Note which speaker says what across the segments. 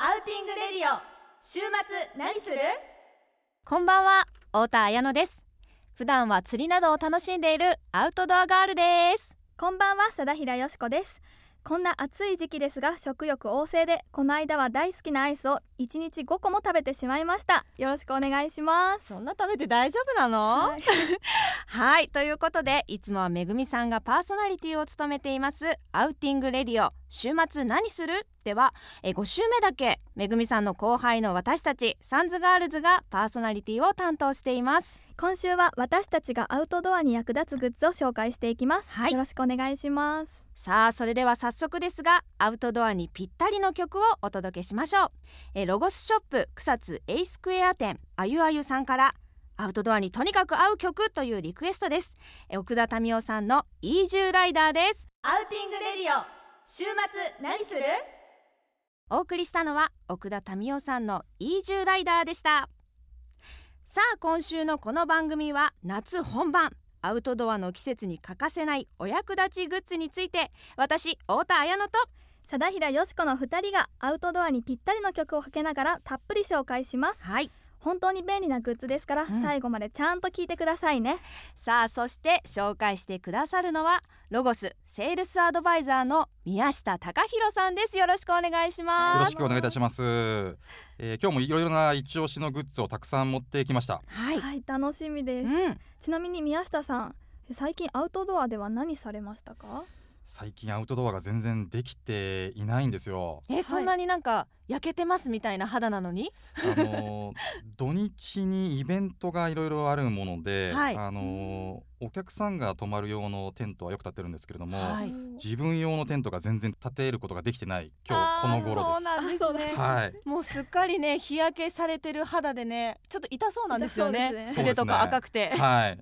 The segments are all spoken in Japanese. Speaker 1: ディオ週末何する
Speaker 2: こんばんは太田彩乃です普段は釣りなどを楽しんでいるアウトドアガールです
Speaker 1: こんばんは貞平よしこですこんな暑い時期ですが食欲旺盛でこの間は大好きなアイスを1日5個も食べてしまいましたよろしくお願いします
Speaker 2: そんな食べて大丈夫な のはい、ということでいつもはめぐみさんがパーソナリティを務めていますアウティングレディオ週末何するではえー5週目だけめぐみさんの後輩の私たちサンズガールズがパーソナリティを担当しています
Speaker 1: 今週は私たちがアウトドアに役立つグッズを紹介していきます、
Speaker 2: はい
Speaker 1: よろしくお願いします
Speaker 2: さあそれでは早速ですがアウトドアにぴったりの曲をお届けしましょうえーロゴスショップ草津 A スクエア店あゆあゆさんからアウトドアにとにかく合う曲というリクエストですえー奥田民生さんの「イージューライダー」です
Speaker 1: アウティングレディオ週末何する
Speaker 2: お送りしたのは奥田民生さんの「イージューライダー」でしたさあ今週のこの番組は夏本番アウトドアの季節に欠かせないお役立ちグッズについて私太田彩乃と
Speaker 1: 貞平よしこの2人がアウトドアにぴったりの曲をかけながらたっぷり紹介します
Speaker 2: はい
Speaker 1: 本当に便利なグッズですから、
Speaker 2: ん
Speaker 1: 最後までちゃんと聞いてくださいね
Speaker 2: さあそして紹介してくださるのはロゴスセールスアドバイザーの宮下隆弘さんですよろしくお願いし
Speaker 3: よろ
Speaker 2: ます
Speaker 3: しくお願いいたします。えー今日もいろいろな一押しのグッズをたくさん持ってきました。
Speaker 2: は
Speaker 1: はい、楽しみです、
Speaker 2: うん、
Speaker 1: ちなみに宮下さん最近アウトドアでは何されましたか
Speaker 3: 最近アウトドアが全然できていないんですよ。
Speaker 2: え、そんなになんか焼けてますみたいな肌なのに
Speaker 3: あ のー土日にイベントがいろいろあるもので、
Speaker 2: はい
Speaker 3: あのーお客さんが泊まる用のテントはよく立ってるんですけれども、
Speaker 2: はい
Speaker 3: 自分用のテントが全然立てることができてない今
Speaker 2: あ
Speaker 3: 日こ
Speaker 2: ー
Speaker 3: の頃
Speaker 2: そう
Speaker 3: です。
Speaker 2: なん
Speaker 1: あそうなんで
Speaker 2: ですね
Speaker 1: す
Speaker 3: はい。
Speaker 2: もうすっかりね日焼けされてる肌でねちょっと痛そうなんですよ
Speaker 1: 痛そう
Speaker 2: ね
Speaker 1: です
Speaker 3: ね
Speaker 2: 腕とか赤くて、
Speaker 3: はい。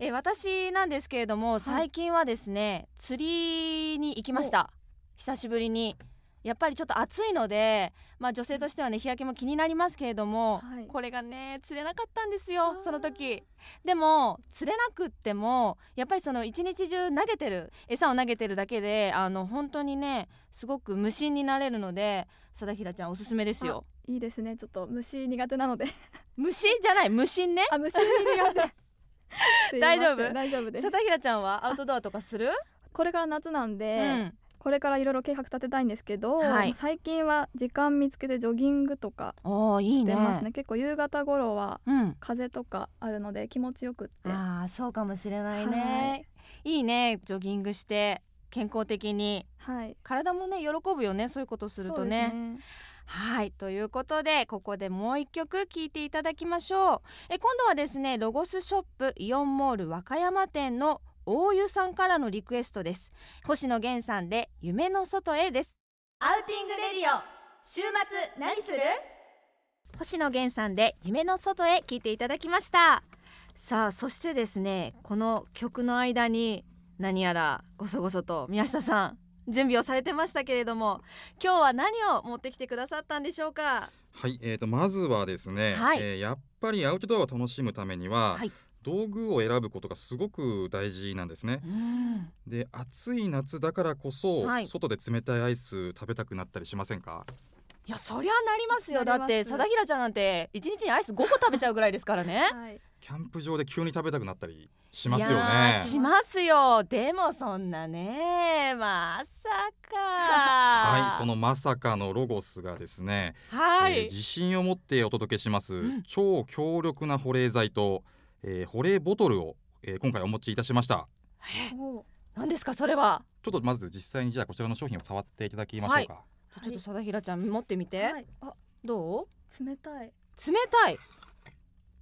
Speaker 2: え私なんですけれども最近はですね、釣りに行きました久しぶりにやっぱりちょっと暑いので、まあ、女性としてはね日焼けも気になりますけれども、
Speaker 1: はい
Speaker 2: これがね釣れなかったんです
Speaker 1: あ
Speaker 2: よ
Speaker 1: ー
Speaker 2: その時でも釣れなくってもやっぱりその一日中投げてる餌を投げてるだけであの本当にねすごく無心になれるので貞平ちゃんおすすめですよ
Speaker 1: いいですねちょっと虫苦手な ので
Speaker 2: 虫じゃない無心ね
Speaker 1: あ虫 苦手
Speaker 2: 大丈夫
Speaker 1: すいません大丈夫です
Speaker 2: 貞平ちゃんはアウトドアとかする、
Speaker 1: これから夏なんで、
Speaker 2: うん
Speaker 1: これからいろいろ計画立てたいんですけど、
Speaker 2: はい
Speaker 1: 最近は時間見つけてジョギングとか
Speaker 2: おーいい
Speaker 1: して
Speaker 2: ね
Speaker 1: ますね結構夕方頃は
Speaker 2: うん
Speaker 1: 風とかあるので気持ちよくって
Speaker 2: ああそうかもしれないね、い、いねジョギングして健康的に
Speaker 1: はい
Speaker 2: 体もね喜ぶよねそういうことするとね
Speaker 1: そうです
Speaker 2: はいということでここでもう一曲聴いていただきましょうえ今度はですねロゴスショップイオンモール和歌山店の大湯さんからのリクエストです星野源さんで夢の外へです
Speaker 1: アウティングレディオ週末何する
Speaker 2: 星野源さんで夢の外へ聞いていただきましたさあそしてですねこの曲の間に何やらごそごそと宮下さん準備をされてましたけれども今日は何を持ってきてくださったんでしょうか
Speaker 3: はい、えー、とまずはですね、
Speaker 2: はい
Speaker 3: えーやっぱりアウトドアを楽しむためには、
Speaker 2: はい
Speaker 3: 道具を選ぶことがすごく大事なんですね。
Speaker 2: うん
Speaker 3: で暑い夏だからこそ、
Speaker 2: はい
Speaker 3: 外で冷たいアイス食べたくなったりしませんか
Speaker 2: いやそりゃなりますよ
Speaker 1: な
Speaker 2: だ
Speaker 1: ります
Speaker 2: って貞平ちゃんなんて一日にアイス5個食べちゃうぐらいですからね
Speaker 1: はい
Speaker 3: キャンプ場で急に食べたくなったり しますよ
Speaker 2: いやー
Speaker 3: ね
Speaker 2: しますよでもそんなねまさかは
Speaker 3: はいそのまさかのロゴスがですね、
Speaker 2: は
Speaker 3: えー
Speaker 2: い、
Speaker 3: 自信を持ってお届けします、
Speaker 2: うん
Speaker 3: 超強力な保冷剤と、えー保冷ボトルを、えー今回お持ちいたしました
Speaker 1: おう
Speaker 2: 何ですかそれは
Speaker 3: ちょっとまず実際にじゃあこちらの商品を触っていただきましょうか、
Speaker 2: ちょっと貞平ちゃん持ってみて、
Speaker 1: はい、あ
Speaker 2: どう
Speaker 1: 冷たい
Speaker 2: 冷たい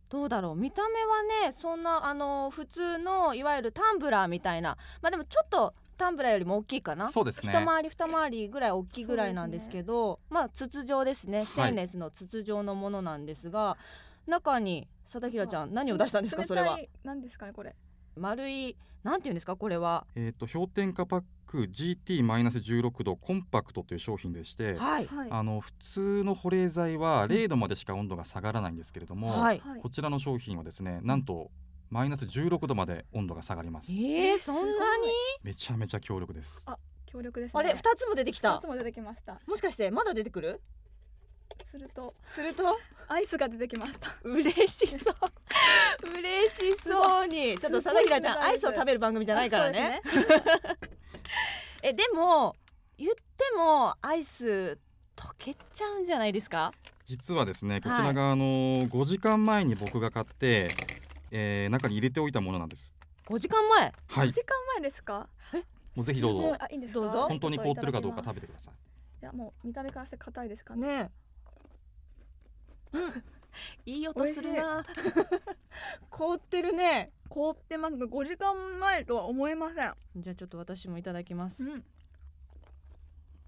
Speaker 2: どうだろう見た目はねそんなあの普通のいわゆるタンブラーみたいなまあでもちょっとタンブラーよりも大きいかな、
Speaker 3: そうです
Speaker 2: 一
Speaker 3: ね
Speaker 2: 回り二回りぐらい大きいぐらいなんですけどまあ筒状ですねステンレスの筒状のものなんですが、中に貞平ちゃん何を出したんですか
Speaker 1: 冷
Speaker 2: それは
Speaker 1: 冷たい何ですかねこれ
Speaker 2: 丸いなんていうんですかこれは
Speaker 3: えっ、と氷点下パック GT-16 度コンパクトという商品でして、
Speaker 2: はい
Speaker 1: はい
Speaker 3: あの普通の保冷剤は0度までしか温度が下がらないんですけれども、
Speaker 2: はい
Speaker 1: はい
Speaker 3: こちらの商品はですねなんとマイナス16度まで温度が下がります
Speaker 2: えー、そんなに
Speaker 3: めちゃめちゃ強力です
Speaker 1: 強力ですね
Speaker 2: あれ二つも出てきた
Speaker 1: 二つも出てきました
Speaker 2: もしかしてまだ出てくる
Speaker 1: すると
Speaker 2: すると
Speaker 1: アイスが出てきました
Speaker 2: 嬉しそう嬉しそうに
Speaker 1: す
Speaker 2: ちょ
Speaker 1: ご
Speaker 2: っ
Speaker 1: い
Speaker 2: と佐々木らちゃ
Speaker 1: す
Speaker 2: ん
Speaker 1: ごい
Speaker 2: アイスを食べる番組じゃないからね
Speaker 1: そうです
Speaker 2: えでも言ってもアイス溶けちゃうんじゃないですか
Speaker 3: 実はですねこ
Speaker 2: はい
Speaker 3: ちらがあの5時間前に僕が買って、えー中に入れておいたものなんです
Speaker 2: 5時間前
Speaker 3: は
Speaker 1: 5
Speaker 3: い
Speaker 1: 時間前ですか
Speaker 3: もうぜひどうぞ
Speaker 1: あいいんですか
Speaker 2: どうぞ
Speaker 3: 本当に凍ってるかどうか食べ
Speaker 1: べ
Speaker 3: てください
Speaker 1: いやもう見た目からして硬いですかね
Speaker 2: ねいい音するな
Speaker 1: 凍ってるね凍ってますが5時間前とは思えません
Speaker 2: じゃあちょっと私もいただきます
Speaker 1: うん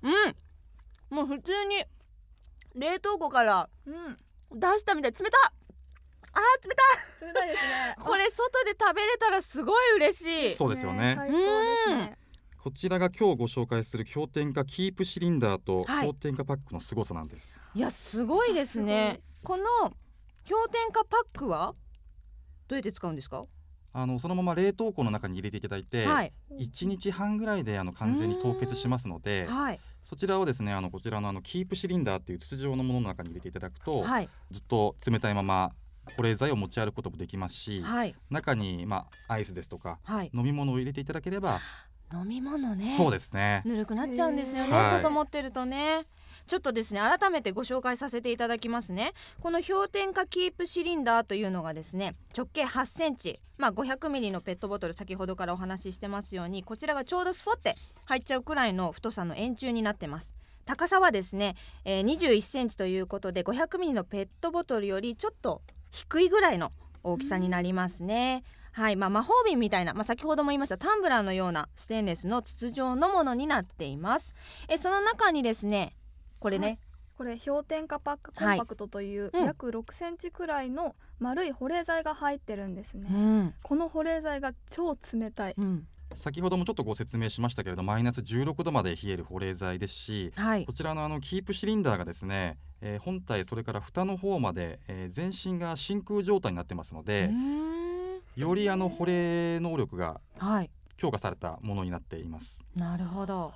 Speaker 2: うんもう普通に冷凍庫から
Speaker 1: うん
Speaker 2: 出したみたい冷たっあー冷た
Speaker 1: 冷たいですね
Speaker 2: い これ外で食べれたらすごい嬉しい
Speaker 3: そうですよね
Speaker 1: 最高ですね
Speaker 3: こちらが今日ご紹介する氷点下キープシリンダーと
Speaker 2: はい
Speaker 3: 氷点下パックの凄さなんです、
Speaker 2: いやすごいですねこの氷点下パックはどうやって使うんですか、
Speaker 3: あのそのまま冷凍庫の中に入れていただいて、
Speaker 2: はい
Speaker 3: 1日半ぐらいであの完全に凍結しますので
Speaker 2: はい
Speaker 3: そちらをですねあのこちらのあのキープシリンダーっていう筒状のものの中に入れていただくと、
Speaker 2: はい
Speaker 3: ずっと冷たいまま保冷剤を持ち歩くこともできますし、
Speaker 2: はい
Speaker 3: 中に、まあ、アイスですとか
Speaker 2: はい
Speaker 3: 飲み物を入れていただければ、
Speaker 2: 飲み物ね
Speaker 3: そうですね
Speaker 2: ぬるくなっちゃうんですよね、
Speaker 3: へー
Speaker 2: 外持ってるとねちょっとですね改めてご紹介させていただきますねこの氷点下キープシリンダーというのがですね直径8センチまあ500ミリのペットボトル先ほどからお話ししてますようにこちらがちょうどスポッて入っちゃうくらいの太さの円柱になってます高さはですね、えー、21センチということで500ミリのペットボトルよりちょっと低いぐらいの大きさになりますね、はい、まあ、魔法瓶みたいな、まあ、先ほども言いましたタンブラーのようなステンレスの筒状のものになっていますえその中にですねこれね、
Speaker 1: これ氷点下パックコンパクトという
Speaker 2: はいうん
Speaker 1: 約6センチくらいの丸い保冷剤が入ってるんですね、
Speaker 2: うん
Speaker 1: この保冷剤が超冷たい
Speaker 2: うん、
Speaker 3: 先ほどもちょっとご説明しましたけれどマイナス16度まで冷える保冷剤ですし
Speaker 2: はい
Speaker 3: こちらのあのキープシリンダーがですね、えー本体それから蓋の方まで、えー全身が真空状態になってますの
Speaker 2: う
Speaker 3: で
Speaker 2: ー、ん
Speaker 3: よりあの保冷能力が
Speaker 2: はい
Speaker 3: 強化されたものになっています
Speaker 2: なるほど。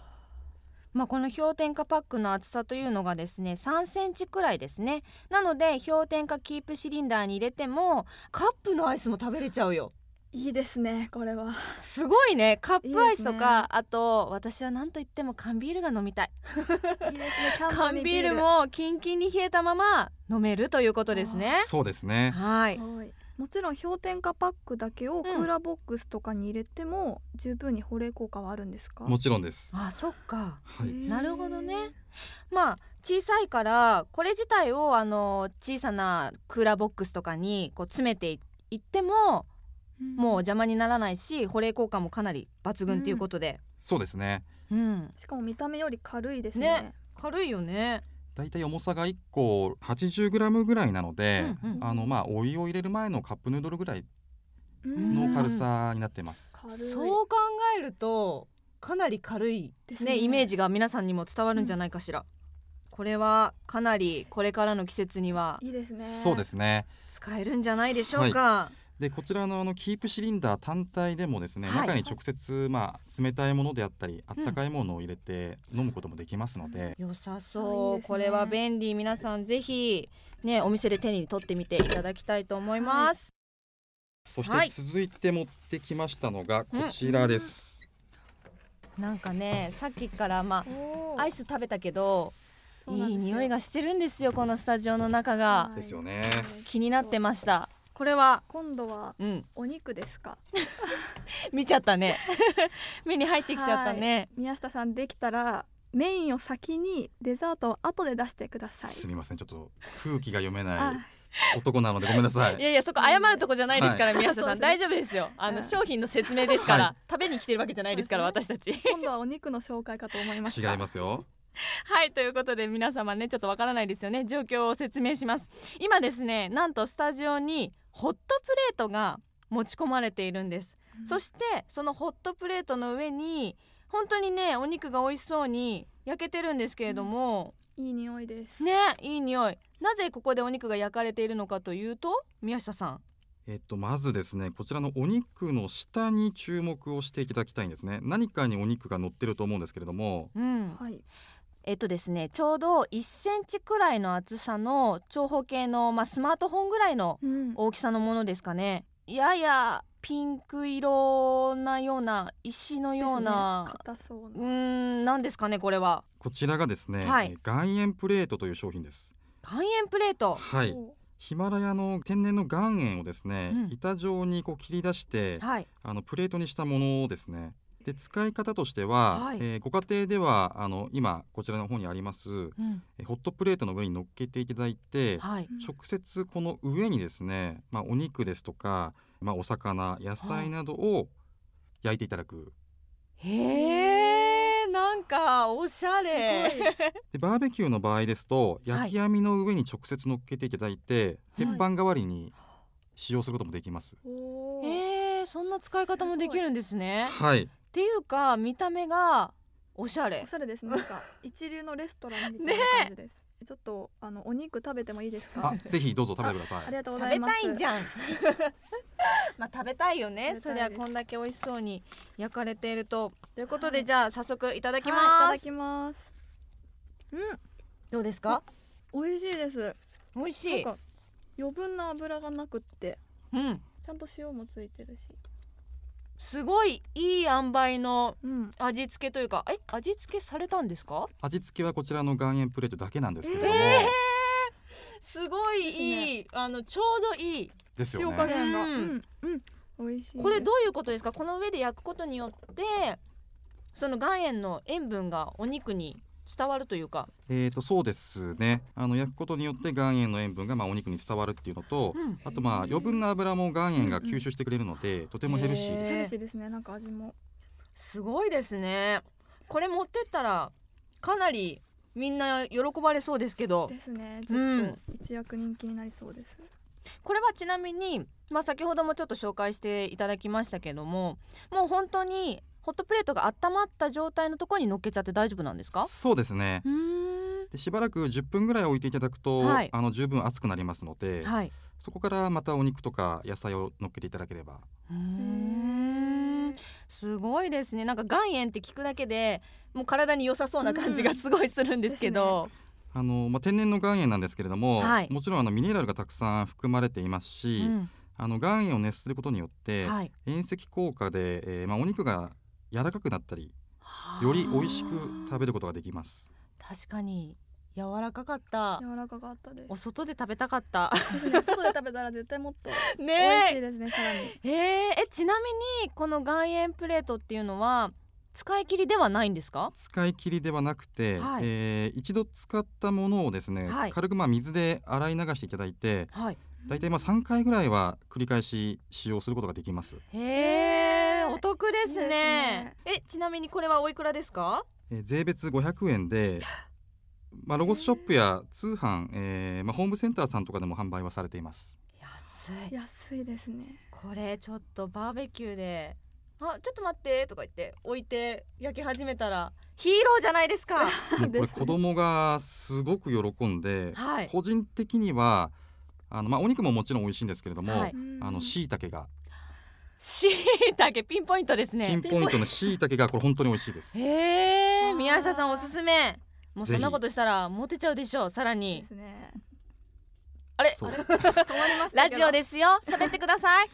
Speaker 2: まあ、この氷点下パックの厚さというのがですね3センチくらいですねなので氷点下キープシリンダーに入れてもカップのアイスも食べれちゃうよ
Speaker 1: いいですねこれは
Speaker 2: すごいねカップアイスと
Speaker 1: いい
Speaker 2: か
Speaker 1: ですね
Speaker 2: あと私は何といっても缶ビールが飲みたい
Speaker 1: いい ですねキャンプ
Speaker 2: 缶
Speaker 1: に
Speaker 2: ビールもキンキンに冷えたまま飲めるということですね
Speaker 3: そうですね
Speaker 2: はい
Speaker 1: はいもちろん氷点下パックだけをクーラーボックスとかに入れても十分に保冷効果はあるんですか、
Speaker 3: もちろんです
Speaker 2: あそっか
Speaker 3: はい、
Speaker 1: へー
Speaker 2: なるほどねまあ小さいからこれ自体をあの小さなクーラーボックスとかにこう詰めていいっても
Speaker 1: ん
Speaker 2: もう邪魔にならないし保冷効果もかなり抜群ということで、
Speaker 3: そうですね
Speaker 2: うん
Speaker 1: しかも見た目より軽いです
Speaker 2: ね
Speaker 1: ね
Speaker 2: 軽いよね、
Speaker 3: だいたい重さが1個 80g ぐらいなので、
Speaker 2: うんうん
Speaker 3: あのまあお湯を入れる前のカップヌードルぐらい
Speaker 1: うん
Speaker 3: の軽さになってます、
Speaker 1: 軽い
Speaker 2: そう考えるとかなり軽い、
Speaker 1: です
Speaker 2: ね
Speaker 1: ね
Speaker 2: イメージが皆さんにも伝わるんじゃないかしら、これはかなりこれからの季節にはい
Speaker 1: いですね
Speaker 3: そうですね
Speaker 2: 使えるんじゃないでしょうか、
Speaker 3: でこちらのあのキープシリンダー単体でもですね、
Speaker 2: はい
Speaker 3: 中に直接まあ冷たいものであったりあったかいものを入れて飲むこともできますので、
Speaker 2: 良さ
Speaker 1: あ
Speaker 2: そう
Speaker 1: いいですね
Speaker 2: これは便利皆さんぜひねお店で手に取ってみていただきたいと思います、
Speaker 3: そ
Speaker 2: は
Speaker 3: し
Speaker 2: い
Speaker 3: て続いて持ってきましたのがこちらです、
Speaker 2: なんかねさっきからま
Speaker 1: おー
Speaker 2: あアイス食べたけど
Speaker 1: そうなん
Speaker 2: い
Speaker 1: です
Speaker 2: い
Speaker 1: よ
Speaker 2: 匂いがしてるんですよこのスタジオの中が
Speaker 1: はい
Speaker 3: ですよね
Speaker 2: 気になってましたこれは
Speaker 1: 今度は
Speaker 2: うん
Speaker 1: お肉ですか
Speaker 2: 見ちゃったね 目に入ってきちゃったね
Speaker 1: 宮下さんできたらメインを先にデザートを後で出してください
Speaker 3: すみませんちょっと空気が読め
Speaker 1: あ
Speaker 3: ない男なのでごめんなさ
Speaker 2: い
Speaker 3: い
Speaker 2: やいやそこ謝るとこじゃないですから、宮下さ
Speaker 1: そうんですね
Speaker 2: 大丈夫ですよあの
Speaker 1: うん
Speaker 2: 商品の説明ですから、
Speaker 3: は
Speaker 2: 食べに来てるわけじゃないですから
Speaker 1: そう
Speaker 2: 私たち
Speaker 1: 今度はお肉の紹介かと思いまし
Speaker 3: 違
Speaker 1: た
Speaker 3: いますよ
Speaker 2: はいということで皆様ねちょっとわからないですよね状況を説明します今ですねなんとスタジオにホットプレートが持ち込まれているんです、そしてそのホットプレートの上に本当にねお肉が美味しそうに焼けてるんですけれども、
Speaker 1: いい匂いです
Speaker 2: ねいい匂いなぜここでお肉が焼かれているのかというと宮下さん
Speaker 3: えっとまずですねこちらのお肉の下に注目をしていただきたいんですね何かにお肉が乗ってると思うんですけれども
Speaker 2: うん
Speaker 1: はい
Speaker 2: えっとですねちょうど1センチくらいの厚さの長方形の、まあ、スマートフォンぐらいの
Speaker 1: うん、
Speaker 2: 大きさのものですかねややピンク色なような石のような、
Speaker 1: ですね硬そう
Speaker 2: うー
Speaker 1: な。
Speaker 2: んなんですかねこれは
Speaker 3: こちらがですね、
Speaker 2: はい
Speaker 3: えー岩塩プレートという商品です。
Speaker 2: 岩塩プレート
Speaker 3: はい。
Speaker 1: お
Speaker 3: ヒマラヤの天然の岩塩をですね、
Speaker 2: うん
Speaker 3: 板状にこう切り出して、
Speaker 2: はい
Speaker 3: あのプレートにしたものですね。で使い方としては、
Speaker 2: はい
Speaker 3: えーご家庭ではあの今こちらの方にあります
Speaker 2: うん
Speaker 3: えーホットプレートの上に乗っけていただいて、
Speaker 2: はい
Speaker 1: うん
Speaker 3: 直接この上にですね、まあ、お肉ですとか、まあ、お魚野菜などを焼いていただく、
Speaker 2: へえなんかおしゃれ
Speaker 1: すごい
Speaker 3: でバーベキューの場合ですと
Speaker 2: はい
Speaker 3: 焼き網の上に直接乗っけていただいて、
Speaker 2: はい
Speaker 3: 鉄板代わりに使用することもできます。
Speaker 1: おー
Speaker 2: えー、そんな使い方もできるんですね
Speaker 3: はい、
Speaker 2: っていうか見た目がおしゃれ
Speaker 1: おしゃれですね。なん か一流のレストランみたいな感じです。ちょっとあのお肉食べてもいいですか
Speaker 3: あ。ぜひどうぞ食べてくださ
Speaker 1: あ
Speaker 3: い
Speaker 1: り。がとうご
Speaker 2: 食
Speaker 1: ざい
Speaker 2: べ
Speaker 1: ます。
Speaker 2: たいんじゃん まあ食べたいよね
Speaker 1: 食べたいです
Speaker 2: そりゃこんだけ美味しそうに焼かれているとということで、じゃあ早速いただきま
Speaker 1: は
Speaker 2: す、
Speaker 1: い、いただきます。
Speaker 2: どうですか
Speaker 1: うん、美味しいです。
Speaker 2: 美味し
Speaker 1: なん
Speaker 2: い
Speaker 1: か余分な油がなくって、
Speaker 2: うん
Speaker 1: ちゃんと塩もついてるし。
Speaker 2: すごいいい塩梅の
Speaker 1: うん。
Speaker 2: 味付けというかえ味付けされたんですか
Speaker 3: 味付けはこちらの岩塩プレートだけなんですけれども、
Speaker 2: えー、すごいいい、
Speaker 1: い
Speaker 2: あのちょうどいい
Speaker 3: ですよ
Speaker 1: 塩加
Speaker 3: ね。
Speaker 1: 減が。
Speaker 2: う
Speaker 1: うんん。うん。美味しいです。
Speaker 2: これどういうことですかこの上で焼くことによってその岩塩の塩分がお肉に伝わるというか、
Speaker 3: えー、とそうですねあの焼くことによって岩塩の塩分がまあお肉に伝わるっていうのと、あとまあ余分な油も岩塩が吸収してくれるので、とてもヘルシーです。
Speaker 1: ヘルシーですね。なんか味も。
Speaker 2: すごいですねこれ持ってったらかなりみんな喜ばれそうですけど
Speaker 1: ですね。ち
Speaker 2: う
Speaker 1: ょっ
Speaker 2: ん
Speaker 1: と一躍人気になりそうです。
Speaker 2: これはちなみに、まあ、先ほどもちょっと紹介していただきましたけどももう本当にホットプレートが温まった状態のところに乗っけちゃって大丈夫なんですか
Speaker 3: そうですね
Speaker 2: うーん
Speaker 3: でしばらく10分ぐらい置いていただくと、
Speaker 2: はい
Speaker 3: あの十分熱くなりますので、
Speaker 2: はい
Speaker 3: そこからまたお肉とか野菜を乗っけていただければ
Speaker 2: うーんすごいですねなんか岩塩って聞くだけでもう体に良さそうな感じがすごいするんですけど、
Speaker 3: あの、まあ、天然の岩塩なんですけれども、
Speaker 2: はい
Speaker 3: もちろんあのミネラルがたくさん含まれていますし、あの岩塩を熱することによって、
Speaker 2: うんはい
Speaker 3: 遠赤効果で、えーまあ、お肉が柔らかくなったりより美味しく食べることができます。
Speaker 2: 確かに柔らかかった
Speaker 1: 柔らかかったです
Speaker 2: お。外で食べたかった
Speaker 1: ですね外で食べたら絶対もっと美味しい
Speaker 2: ね
Speaker 1: ですね。さらに。
Speaker 2: ええーえちなみにこの岩塩プレートっていうのは使い切りではないんですか
Speaker 3: 使い切りではなくて、
Speaker 2: はい
Speaker 3: えー一度使ったものをですね、
Speaker 2: はい
Speaker 3: 軽くまあ水で洗い流していただいて
Speaker 2: はい
Speaker 3: 大体まあ3回ぐらいは繰り返し使用することができます、
Speaker 2: へえ
Speaker 1: え
Speaker 2: お得ですね
Speaker 1: い
Speaker 2: えちなみにこれはおいくらですか
Speaker 3: えー税別500 円で、まあ、ロゴスショップや通販、えーまあ、ホームセンターさんとかでも販売はされています
Speaker 2: 安い
Speaker 1: 安いですね。
Speaker 2: これちょっとバーベキューで「あちょっと待って」とか言って置いて焼き始めたらヒーローじゃない ですか
Speaker 3: もうこ
Speaker 1: で
Speaker 3: れ
Speaker 1: すね
Speaker 3: 子供がすごく喜んで、
Speaker 2: はい
Speaker 3: 個人的にはあの、まあ、お肉ももちろん美味しいんですけれども、
Speaker 2: はい
Speaker 3: あの椎茸が
Speaker 2: しいたけピンポイントです
Speaker 3: ピ
Speaker 2: ね
Speaker 3: ンポイントの椎茸がこれ本当に美味しいです
Speaker 2: へえ
Speaker 1: あー
Speaker 2: 宮下さんおすすめもう
Speaker 3: ぜひ
Speaker 2: そんなことしたらモテちゃうでしょうさら
Speaker 1: い
Speaker 2: に
Speaker 1: ですね。
Speaker 2: あれ
Speaker 3: そう
Speaker 1: 止まりました
Speaker 2: ラ
Speaker 1: けど
Speaker 2: ジオですよ喋ってください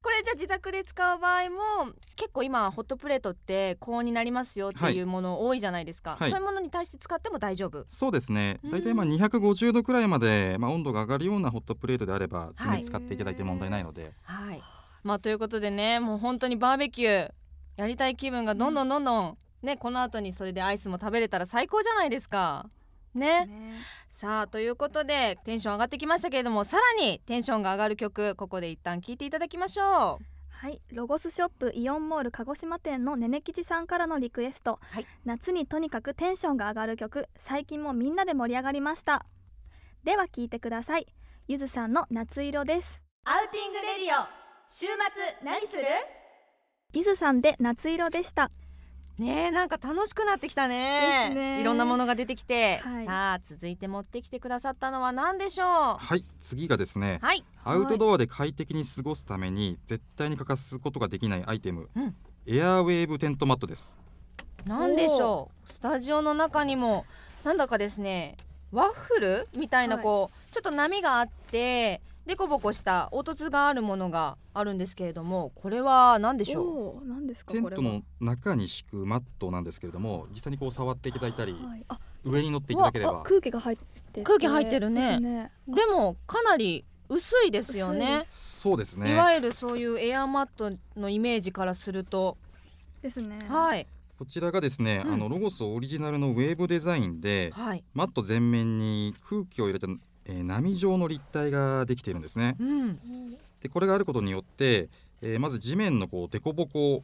Speaker 2: これじゃあ自宅で使う場合も結構今ホットプレートって高温になりますよっていうもの多いじゃないですか、
Speaker 3: はい
Speaker 2: そういうものに対して使っても大丈夫
Speaker 3: そうですね
Speaker 2: うん
Speaker 3: 大体まあ250度くらいまで、まあ、温度が上がるようなホットプレートであれば常
Speaker 2: はい
Speaker 3: に使っていただいて問題ないので、
Speaker 2: はい。まあということでね、もう本当にバーベキューやりたい気分がどんどんどんどん、ねこの後にそれでアイスも食べれたら最高じゃないですか。ね、
Speaker 1: ね。
Speaker 2: さあということでテンション上がってきましたけれどもさらにテンションが上がる曲ここで一旦聴いていただきましょう
Speaker 1: はい、ロゴスショップイオンモール鹿児島店のねね吉さんからのリクエスト、
Speaker 2: はい
Speaker 1: 夏にとにかくテンションが上がる曲最近もみんなで盛り上がりましたでは聞いてくださいゆずさんの夏色です
Speaker 4: アウティングレディオ週末何する
Speaker 1: ゆずさんで夏色でした
Speaker 2: ねえなんか楽しくなってきたね
Speaker 1: ですね
Speaker 2: いろんなものが出てきて、
Speaker 1: はい
Speaker 2: さあ続いて持ってきてくださったのは何でしょう
Speaker 3: はい次がですね
Speaker 2: はい
Speaker 1: はい
Speaker 3: アウトドアで快適に過ごすために絶対に欠かすことができないアイテム、
Speaker 2: うん
Speaker 3: エアウェーブテントマットです
Speaker 2: なんでしょうスタジオの中にもなんだかですねワッフルみたいな
Speaker 1: はい
Speaker 2: こう、ちょっと波があってでこぼこした凹凸があるものがあるんですけれどもこれは何でしょう
Speaker 1: おー何ですか
Speaker 3: テン
Speaker 1: これは
Speaker 3: トの中に敷くマットなんですけれども実際にこう触っていただいたり、
Speaker 1: はい、あ
Speaker 3: 上に乗っていただけれ
Speaker 1: あ
Speaker 3: ば
Speaker 1: 空気が入ってて
Speaker 2: 空気入ってるね
Speaker 1: です
Speaker 2: でもかなり薄いですよ
Speaker 1: 薄い
Speaker 2: ね
Speaker 1: で
Speaker 3: そうです
Speaker 2: い
Speaker 3: ね
Speaker 2: わゆるそういうエアマットのイメージからすると、
Speaker 1: ですね
Speaker 2: はい
Speaker 3: こちらがですね、
Speaker 2: うん
Speaker 3: あのロゴスオリジナルのウェーブデザインで
Speaker 2: はい、
Speaker 3: マット全面に空気を入れた、えー波状の立体ができているんですね
Speaker 2: うん、
Speaker 3: でこれがあることによって、えーまず地面のこう凸凹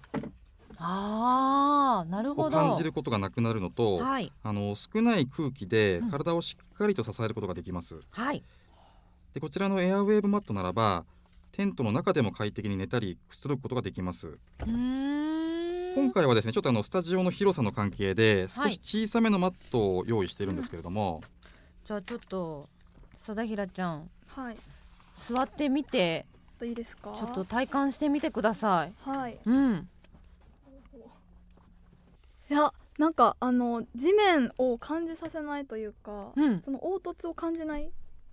Speaker 2: ああなるほ
Speaker 3: を
Speaker 2: ど
Speaker 3: 感じることがなくなるのと、
Speaker 2: はい
Speaker 3: あの少ない空気で
Speaker 2: うん
Speaker 3: 体をしっかりと支えることができます、
Speaker 2: はい
Speaker 3: でこちらのエアウェーブマットならばテントの中でも快適に寝たりくつろぐことができます
Speaker 2: うーん
Speaker 3: 今回はですねちょっとあのスタジオの広さの関係で
Speaker 2: は
Speaker 3: 少
Speaker 2: い
Speaker 3: し小さめのマットを用意しているんですけれども、
Speaker 2: じゃあちょっと貞平ちゃん
Speaker 1: はいちょ
Speaker 2: 座ってみて
Speaker 1: っといいですか
Speaker 2: ちょっと体感してみてください
Speaker 1: はい
Speaker 2: うん
Speaker 1: いやなんかあの地面を感じさせないというか、
Speaker 2: うん
Speaker 1: その凹凸を感じない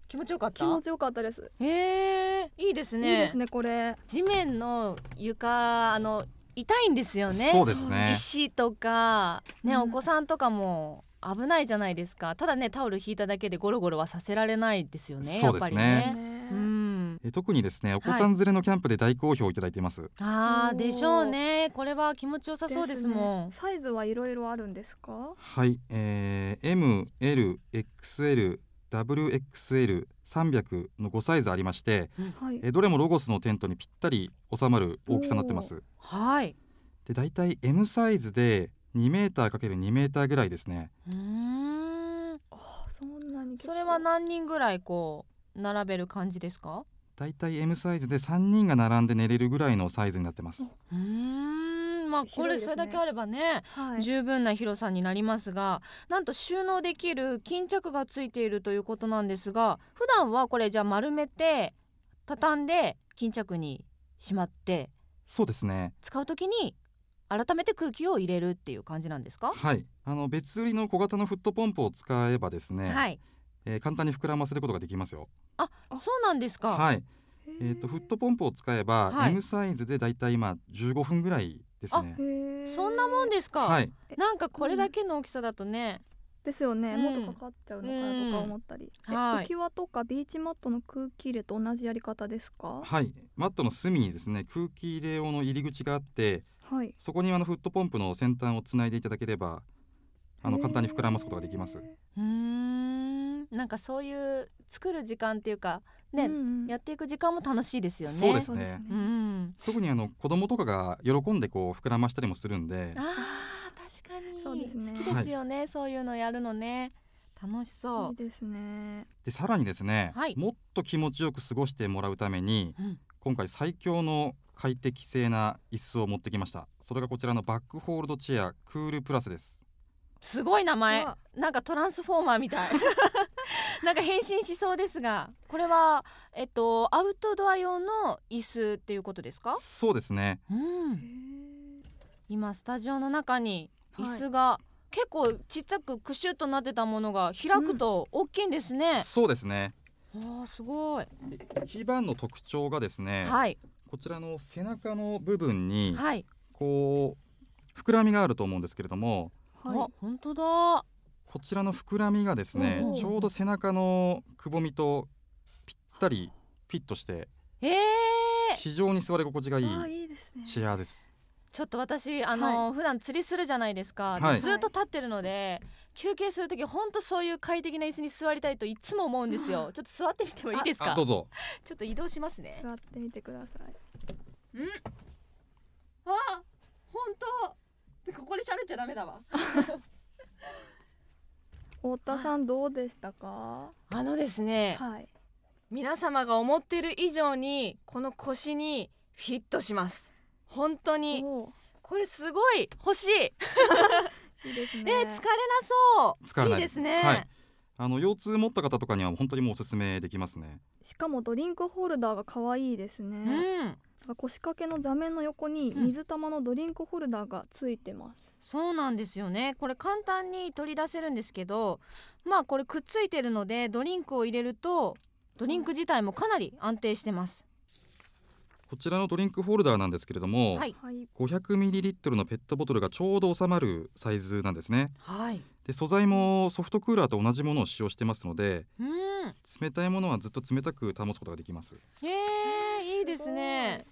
Speaker 2: 気持ちよかっ
Speaker 1: 気
Speaker 2: た
Speaker 1: 持ちよかったです、
Speaker 2: えー、いいですね
Speaker 1: いいですねこれ
Speaker 2: 地面の床あの痛いんですよね
Speaker 3: そうですね
Speaker 2: 石とかね、
Speaker 1: うん
Speaker 2: お子さんとかも危ないじゃないですかただねタオル引いただけでゴロゴロはさせられないですよねや
Speaker 3: そう
Speaker 2: っ
Speaker 3: で
Speaker 2: ぱ
Speaker 3: す
Speaker 2: り
Speaker 3: ね
Speaker 2: ね
Speaker 1: ね
Speaker 2: うん
Speaker 3: え特にですねお子さん連れのキャンプで大好評いただいています、
Speaker 2: あ
Speaker 1: おー
Speaker 2: ーでしょうねこれは気持ちよさそうですもん
Speaker 1: ですねサイズはいろいろあるんですか
Speaker 3: はい、えー、MLXL WXL300 の5サイズありまして、
Speaker 1: はい
Speaker 3: えーどれもロゴスのテントにぴったり収まる大きさになってます
Speaker 2: はい
Speaker 3: で大体 M サイズで2メーター ×2 メーターぐらいですね
Speaker 2: うーん
Speaker 1: あそんなに結構
Speaker 2: それは何人ぐらいこう並べる感じですか
Speaker 3: 大体 M サイズで3人が並んで寝れるぐらいのサイズになってます
Speaker 2: うーんまあこ
Speaker 1: 広い
Speaker 2: れ
Speaker 1: ですね
Speaker 2: それだけあればね
Speaker 1: はい
Speaker 2: 十分な広さになりますがなんと収納できる巾着がついているということなんですが普段はこれじゃあ丸めて畳んで巾着にしまって
Speaker 3: そうですね
Speaker 2: 使う時に改めて空気を入れるっていう感じなんですか、
Speaker 3: はいあの別売りの小型のフットポンプを使えばですね、
Speaker 2: はい
Speaker 3: えー簡単に膨らませることができますよ
Speaker 2: そうなんですか、
Speaker 3: はい
Speaker 1: へ
Speaker 3: えー、とフットポンプを使えば、
Speaker 2: はい
Speaker 3: M サイズでだいたい今15分ぐらいですね。
Speaker 1: へー
Speaker 2: そんなもんですか、
Speaker 3: はい、
Speaker 2: なんかこれだけの大きさだとね、
Speaker 1: ですよね、
Speaker 2: うん
Speaker 1: もっとかかっちゃうのかなとか思ったり、
Speaker 2: うん
Speaker 1: え
Speaker 2: はい
Speaker 1: 浮き輪とかビーチマットの空気入れと同じやり方ですか
Speaker 3: はい、マットの隅にですね空気入れ用の入り口があって
Speaker 1: はい
Speaker 3: そこにあのフットポンプの先端をつないでいただければあの
Speaker 1: へー
Speaker 3: 簡単に膨らますことができます。
Speaker 2: うーんなんかそういう作る時間っていうかね、
Speaker 1: うんうん
Speaker 2: やっていく時間も楽しいですよね
Speaker 3: そうですね
Speaker 2: うん
Speaker 3: 特にあの子供とかが喜んでこう膨らましたりもするんで
Speaker 2: あー確かに
Speaker 1: そうですね
Speaker 2: 好きですよね、そういうのやるのね楽し
Speaker 1: い
Speaker 2: そ
Speaker 1: いですね
Speaker 3: でさらにですね、
Speaker 2: はい
Speaker 3: もっと気持ちよく過ごしてもらうために
Speaker 2: う、うん
Speaker 3: 今回最強の快適性な椅子を持ってきましたそれがこちらのバックホールドチェアクールプラスです
Speaker 2: すごい名前
Speaker 1: うわ
Speaker 2: なんかトランスフォーマーみ たいなんか変身しそうですがこれはえっとアウトドア用の椅子っていうことですか、
Speaker 3: そうですね
Speaker 2: うん
Speaker 1: へー
Speaker 2: 今スタジオの中に
Speaker 1: は
Speaker 2: 椅
Speaker 1: い
Speaker 2: 子が、結構ちっちゃくクシュッとなってたものが開くと大きいんですね、
Speaker 3: そうですね
Speaker 2: わあすごい、
Speaker 3: 一番の特徴がですね、
Speaker 2: はい
Speaker 3: こちらの背中の部分に
Speaker 2: はい、
Speaker 3: こう膨らみがあると思うんですけれども
Speaker 1: は
Speaker 2: あ本当だ
Speaker 3: こちらの膨らみがですね
Speaker 2: おうおう
Speaker 3: ちょうど背中のくぼみとぴったりフィットして
Speaker 2: ええー、
Speaker 3: 非常に座り心地がい
Speaker 1: い
Speaker 3: い
Speaker 1: あーいいですね
Speaker 3: チェアです
Speaker 2: ちょっと私あの、普段釣りするじゃないですか、で
Speaker 3: はい
Speaker 2: ずっと立ってるので休憩する時本当そういう快適な椅子に座りたいといつも思うんですよちょっと座ってみてもいいです
Speaker 3: あ
Speaker 2: か
Speaker 3: どうぞ
Speaker 2: ちょっと移動しますね
Speaker 1: 座ってみてください
Speaker 2: あ本当ここで喋っちゃダメだわ
Speaker 1: 太田さんどうでしたか
Speaker 2: あのですね、
Speaker 1: はい
Speaker 2: 皆様が思ってる以上にこの腰にフィットします本当に
Speaker 1: お
Speaker 2: これすごい欲しい、
Speaker 1: ーいいです
Speaker 2: え
Speaker 1: ね
Speaker 2: ー疲れなそう
Speaker 3: 疲れない
Speaker 2: いですね、
Speaker 3: はいあの腰痛持った方とかには本当にもうおすすめできますね
Speaker 1: しかもドリンクホルダーが可愛いです
Speaker 2: う
Speaker 1: ね、
Speaker 2: ん、
Speaker 1: なんか腰掛けの座面の横に
Speaker 2: うん
Speaker 1: 水玉のドリンクホルダーがついてます、
Speaker 2: そうなんですよねこれ簡単に取り出せるんですけどまあこれくっついてるのでドリンクを入れるとドリンク自体もかなり安定してます
Speaker 3: こちらのドリンクホルダーなんですけれども、
Speaker 2: はい
Speaker 1: はい、
Speaker 3: 500ml のペットボトルがちょうど収まるサイズなんですね
Speaker 2: はい
Speaker 3: で素材もソフトクーラーと同じものを使用してますので
Speaker 2: うん
Speaker 3: 冷たいものはずっと冷たく保つことができます
Speaker 2: へえいいですね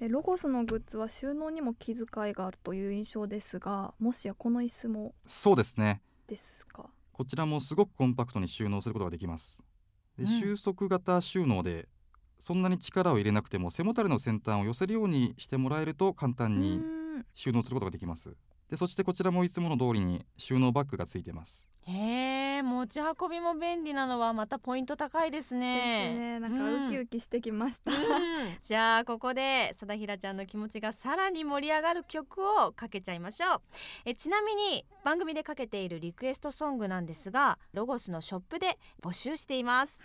Speaker 1: えロゴスのグッズは収納にも気遣いがあるという印象ですがもしやこの椅子も
Speaker 3: そうですね
Speaker 1: ですか
Speaker 3: こちらもすごくコンパクトに収納することができますで、
Speaker 2: うん
Speaker 3: 収束型収納でそんなに力を入れなくても背もたれの先端を寄せるようにしてもらえると簡
Speaker 1: う
Speaker 3: 単に
Speaker 1: ーん
Speaker 3: 収納することができますでそしてこちらもいつもの通りに収納バッグがついてます
Speaker 2: へえ持ち運びも便利なのはまたポイント高いです
Speaker 1: です
Speaker 2: ね
Speaker 1: ねなんかウキ
Speaker 2: う
Speaker 1: ウ
Speaker 2: ん
Speaker 1: キしてきました、
Speaker 2: うん じゃあここで貞平ちゃんの気持ちがさらに盛り上がる曲をかけちゃいましょうえちなみに番組でかけているリクエストソングなんですがロゴスのショップで募集しています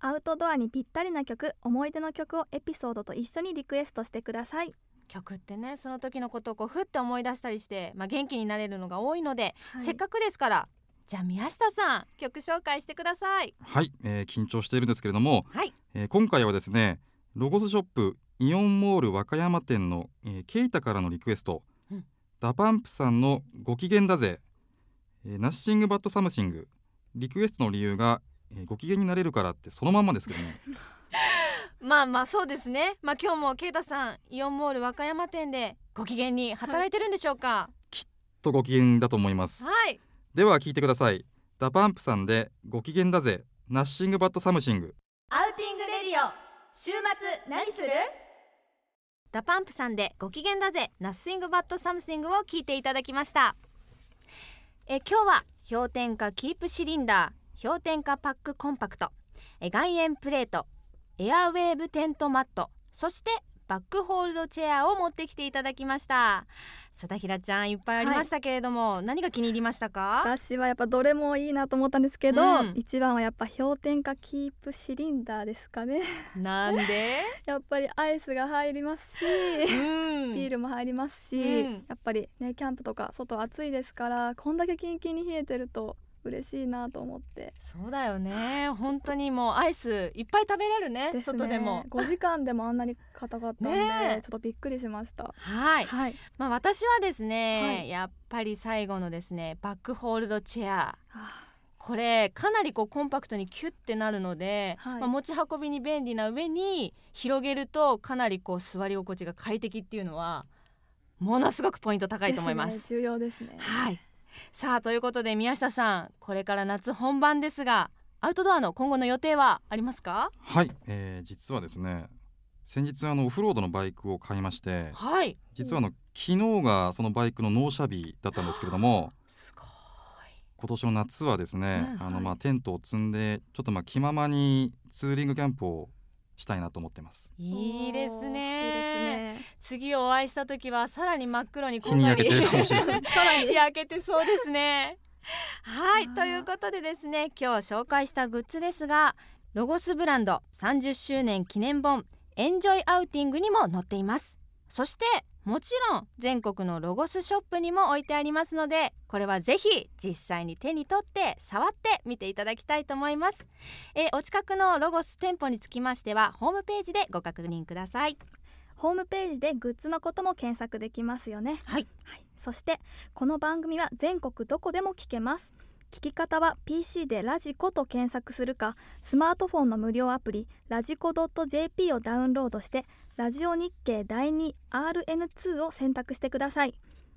Speaker 1: アウトドアにぴったりな曲思い出の曲をエピソードと一緒にリクエストしてください、
Speaker 2: 曲ってねその時のことをこうふって思い出したりして、まあ、元気になれるのが多いので、せっかくですからじゃあ宮下さん曲紹介してください
Speaker 3: はい、えー緊張しているんですけれども、
Speaker 2: はい
Speaker 3: えー今回はですねロゴスショップイオンモール和歌山店の、えーケイタからのリクエスト、
Speaker 2: うん
Speaker 3: ダパンプさんの「ご機嫌だぜ」えーナッシングバットサムシング」リクエストの理由が、えーご機嫌になれるからってそのまんまですけどね
Speaker 2: まあまあそうですねまあ今日も圭太さんイオンモール和歌山店でご機嫌に働いてるんでしょうか
Speaker 3: とご機嫌だと思います
Speaker 2: はい
Speaker 3: では聞いてくださいダパンプさんで「ご機嫌だぜ」ナッシングバットサムシング
Speaker 4: アウティングレディオ週末何する
Speaker 2: ダパンプさんでご機嫌だぜナッシングバットサムシングを聞いていただきましたえ今日は氷点下キープシリンダー氷点下パックコンパクトえ外縁プレートエアウェーブテントマットそしてバックホールドチェアを持ってきていただきました貞平ちゃんいっぱいありましたけれども、何が気に入りましたか
Speaker 1: 私はやっぱどれもいいなと思ったんですけど、
Speaker 2: うん
Speaker 1: 一番はやっぱ氷点下キープシリンダーですかね
Speaker 2: なんで
Speaker 1: やっぱりアイスが入りますし
Speaker 2: うん
Speaker 1: ビールも入りますし、
Speaker 2: うん
Speaker 1: やっぱりねキャンプとか外暑いですからこんだけキンキンに冷えてると嬉しいなと思って
Speaker 2: そうだよね本当にもうアイスいっぱい食べれるね
Speaker 1: すね
Speaker 2: 外でも
Speaker 1: 5時間でもあんなに硬かったんで、
Speaker 2: ねえ
Speaker 1: ちょっとびっくりしました
Speaker 2: はい
Speaker 1: はい
Speaker 2: まあ、私はですね、
Speaker 1: はい
Speaker 2: やっぱり最後のですねバックホールドチェア
Speaker 1: あ
Speaker 2: これかなりこうコンパクトにキュッてなるので、
Speaker 1: はい
Speaker 2: まあ、持ち運びに便利な上に広げるとかなりこう座り心地が快適っていうのはものすごくポイント高いと思います。
Speaker 1: ですね重要ですね
Speaker 2: はいさあということで宮下さんこれから夏本番ですがアウトドアの今後の予定はありますか
Speaker 3: はい、えー実はですね先日あのオフロードのバイクを買いまして
Speaker 2: はい
Speaker 3: 実はあの昨日がそのバイクの納車日だったんですけれども
Speaker 2: すごい
Speaker 3: 今年の夏はですね、
Speaker 2: うん
Speaker 3: あのま
Speaker 1: は
Speaker 3: あテントを積んでちょっとまあ気ままにツーリングキャンプをしたいなと思ってます
Speaker 2: いいです
Speaker 1: お
Speaker 2: ね
Speaker 1: ーいいですね
Speaker 2: 次お会いした時はさらに真っ黒にこ
Speaker 3: 日
Speaker 2: ん
Speaker 3: に
Speaker 2: が
Speaker 3: 焼
Speaker 2: り
Speaker 3: けてるかもしれない
Speaker 2: さらに焼けてそうですねはい
Speaker 1: あー
Speaker 2: ということでですね今日紹介したグッズですがロゴスブランド30周年記念本エンジョイアウティングにも載っていますそしてもちろん全国のロゴスショップにも置いてありますのでこれはぜひ実際に手に取って触ってみていただきたいと思いますえお近くのロゴス店舗につきましてはホームページでご確認ください
Speaker 1: ホームページでグッズのことも検索できますよね
Speaker 2: はい
Speaker 1: そしてこの番組は全国どこでも聞けます聞き方は PC でラジコと検索するかスマートフォンの無料アプリラジコ .jp をダウンロードしてラジオ日経第 2RN2 を選択してください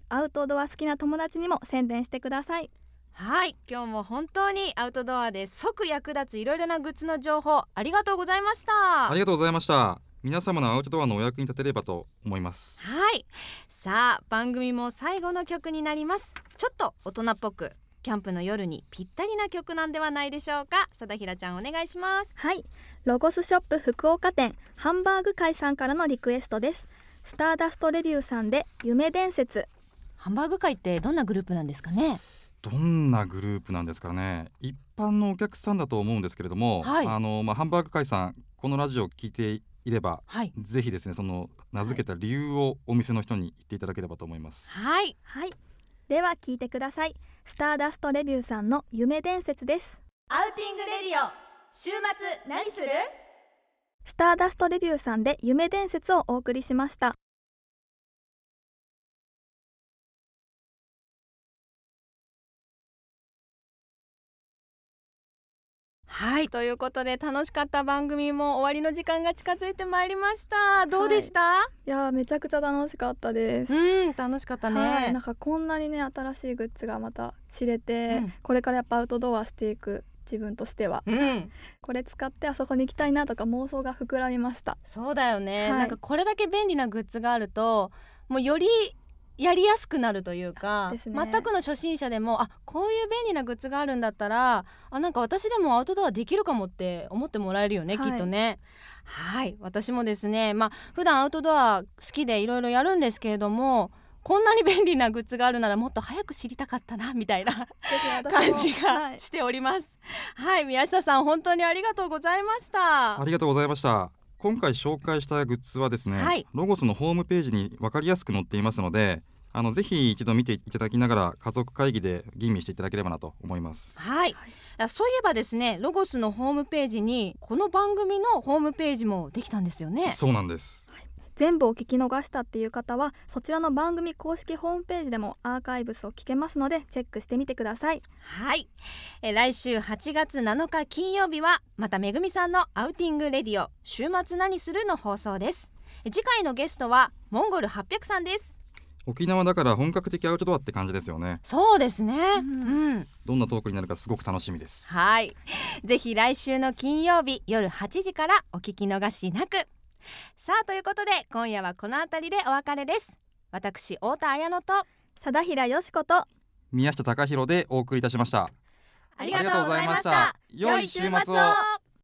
Speaker 1: アウトドア好きな友達にも宣伝してください
Speaker 2: はい今日も本当にアウトドアで即役立ついろいろなグッズの情報ありがとうございました
Speaker 3: ありがとうございました皆様のアウトドアのお役に立てればと思います
Speaker 2: はいさあ番組も最後の曲になりますちょっと大人っぽくキャンプの夜にぴったりな曲なんではないでしょうか佐田ひらちゃんお願いします
Speaker 1: はいロゴスショップ福岡店ハンバーグ会さんからのリクエストですスターダストレビューさんで夢伝説
Speaker 2: ハンバーグ会ってどんなグループなんですかね
Speaker 3: どんなグループなんですかね一般のお客さんだと思うんですけれども、
Speaker 2: はい
Speaker 3: あのまあ、ハンバーグ会さんこのラジオを聞いていれば
Speaker 2: はい
Speaker 3: ぜひですねその名付けた理由をお店の人に言っていただければと思います。
Speaker 2: はい
Speaker 1: はいでは聞いてくださいスターダストレビューさんの夢伝説です
Speaker 4: アウティングレディオ週末何する
Speaker 1: スターダストレビューさんで夢伝説をお送りしました
Speaker 2: はいということで楽しかった番組も終わりの時間が近づいてまいりましたどうでした、
Speaker 5: いやーめちゃくちゃ楽しかったです。
Speaker 2: うん楽しかったね、
Speaker 5: はい、なんかこんなにね新しいグッズがまた知れて、
Speaker 2: うん
Speaker 5: これからやっぱアウトドアしていく自分としては
Speaker 2: うん
Speaker 5: これ使ってあそこに行きたいなとか妄想が膨らみま した
Speaker 2: そうだよね、
Speaker 5: はい
Speaker 2: なんかこれだけ便利なグッズがあるともうよりやりやすくなるというか、
Speaker 5: ですね
Speaker 2: 全くの初心者でもあこういう便利なグッズがあるんだったらあなんか私でもアウトドアできるかもって思ってもらえるよね、
Speaker 5: はい
Speaker 2: きっとね。はい私もですねまあ普段アウトドア好きでいろいろやるんですけれどもこんなに便利なグッズがあるならもっと早く知りたかったなみたいな
Speaker 5: 感
Speaker 2: 感じ
Speaker 5: は
Speaker 2: が
Speaker 5: い、
Speaker 2: しております。はい、宮下さん本当にありがとうございました
Speaker 3: あ。りがとうございました今回紹介したグッズはですね、
Speaker 2: はい
Speaker 3: ロゴスのホームページに分かりやすく載っていますのであのぜひ一度見ていただきながら家族会議で吟味していただければなと思います。
Speaker 2: はい、あそういえばですねロゴスのホームページにこの番組のホームページもできたんですよね
Speaker 3: そうなんです
Speaker 1: 全部を聞き逃したっていう方はそちらの番組公式ホームページでもアーカイブスを聞けますのでチェックしてみてください
Speaker 2: はいえ来週8月7日金曜日はまためぐみさんのアウティングレディオ週末何するの放送ですえ次回のゲストはモンゴル800さんです
Speaker 3: 沖縄だから本格的アウトドアって感じですよね
Speaker 2: そうですねうん
Speaker 3: どんなトークになるかすごく楽しみです
Speaker 2: はい。ぜひ来週の金曜日夜8時からお聞き逃しなく。さあということで今夜はこの辺りでお別れです。私太田彩乃と
Speaker 1: 貞平よしこと
Speaker 3: 宮下隆弘でお送りいたしました
Speaker 4: あ
Speaker 3: りがとうございました良い週末を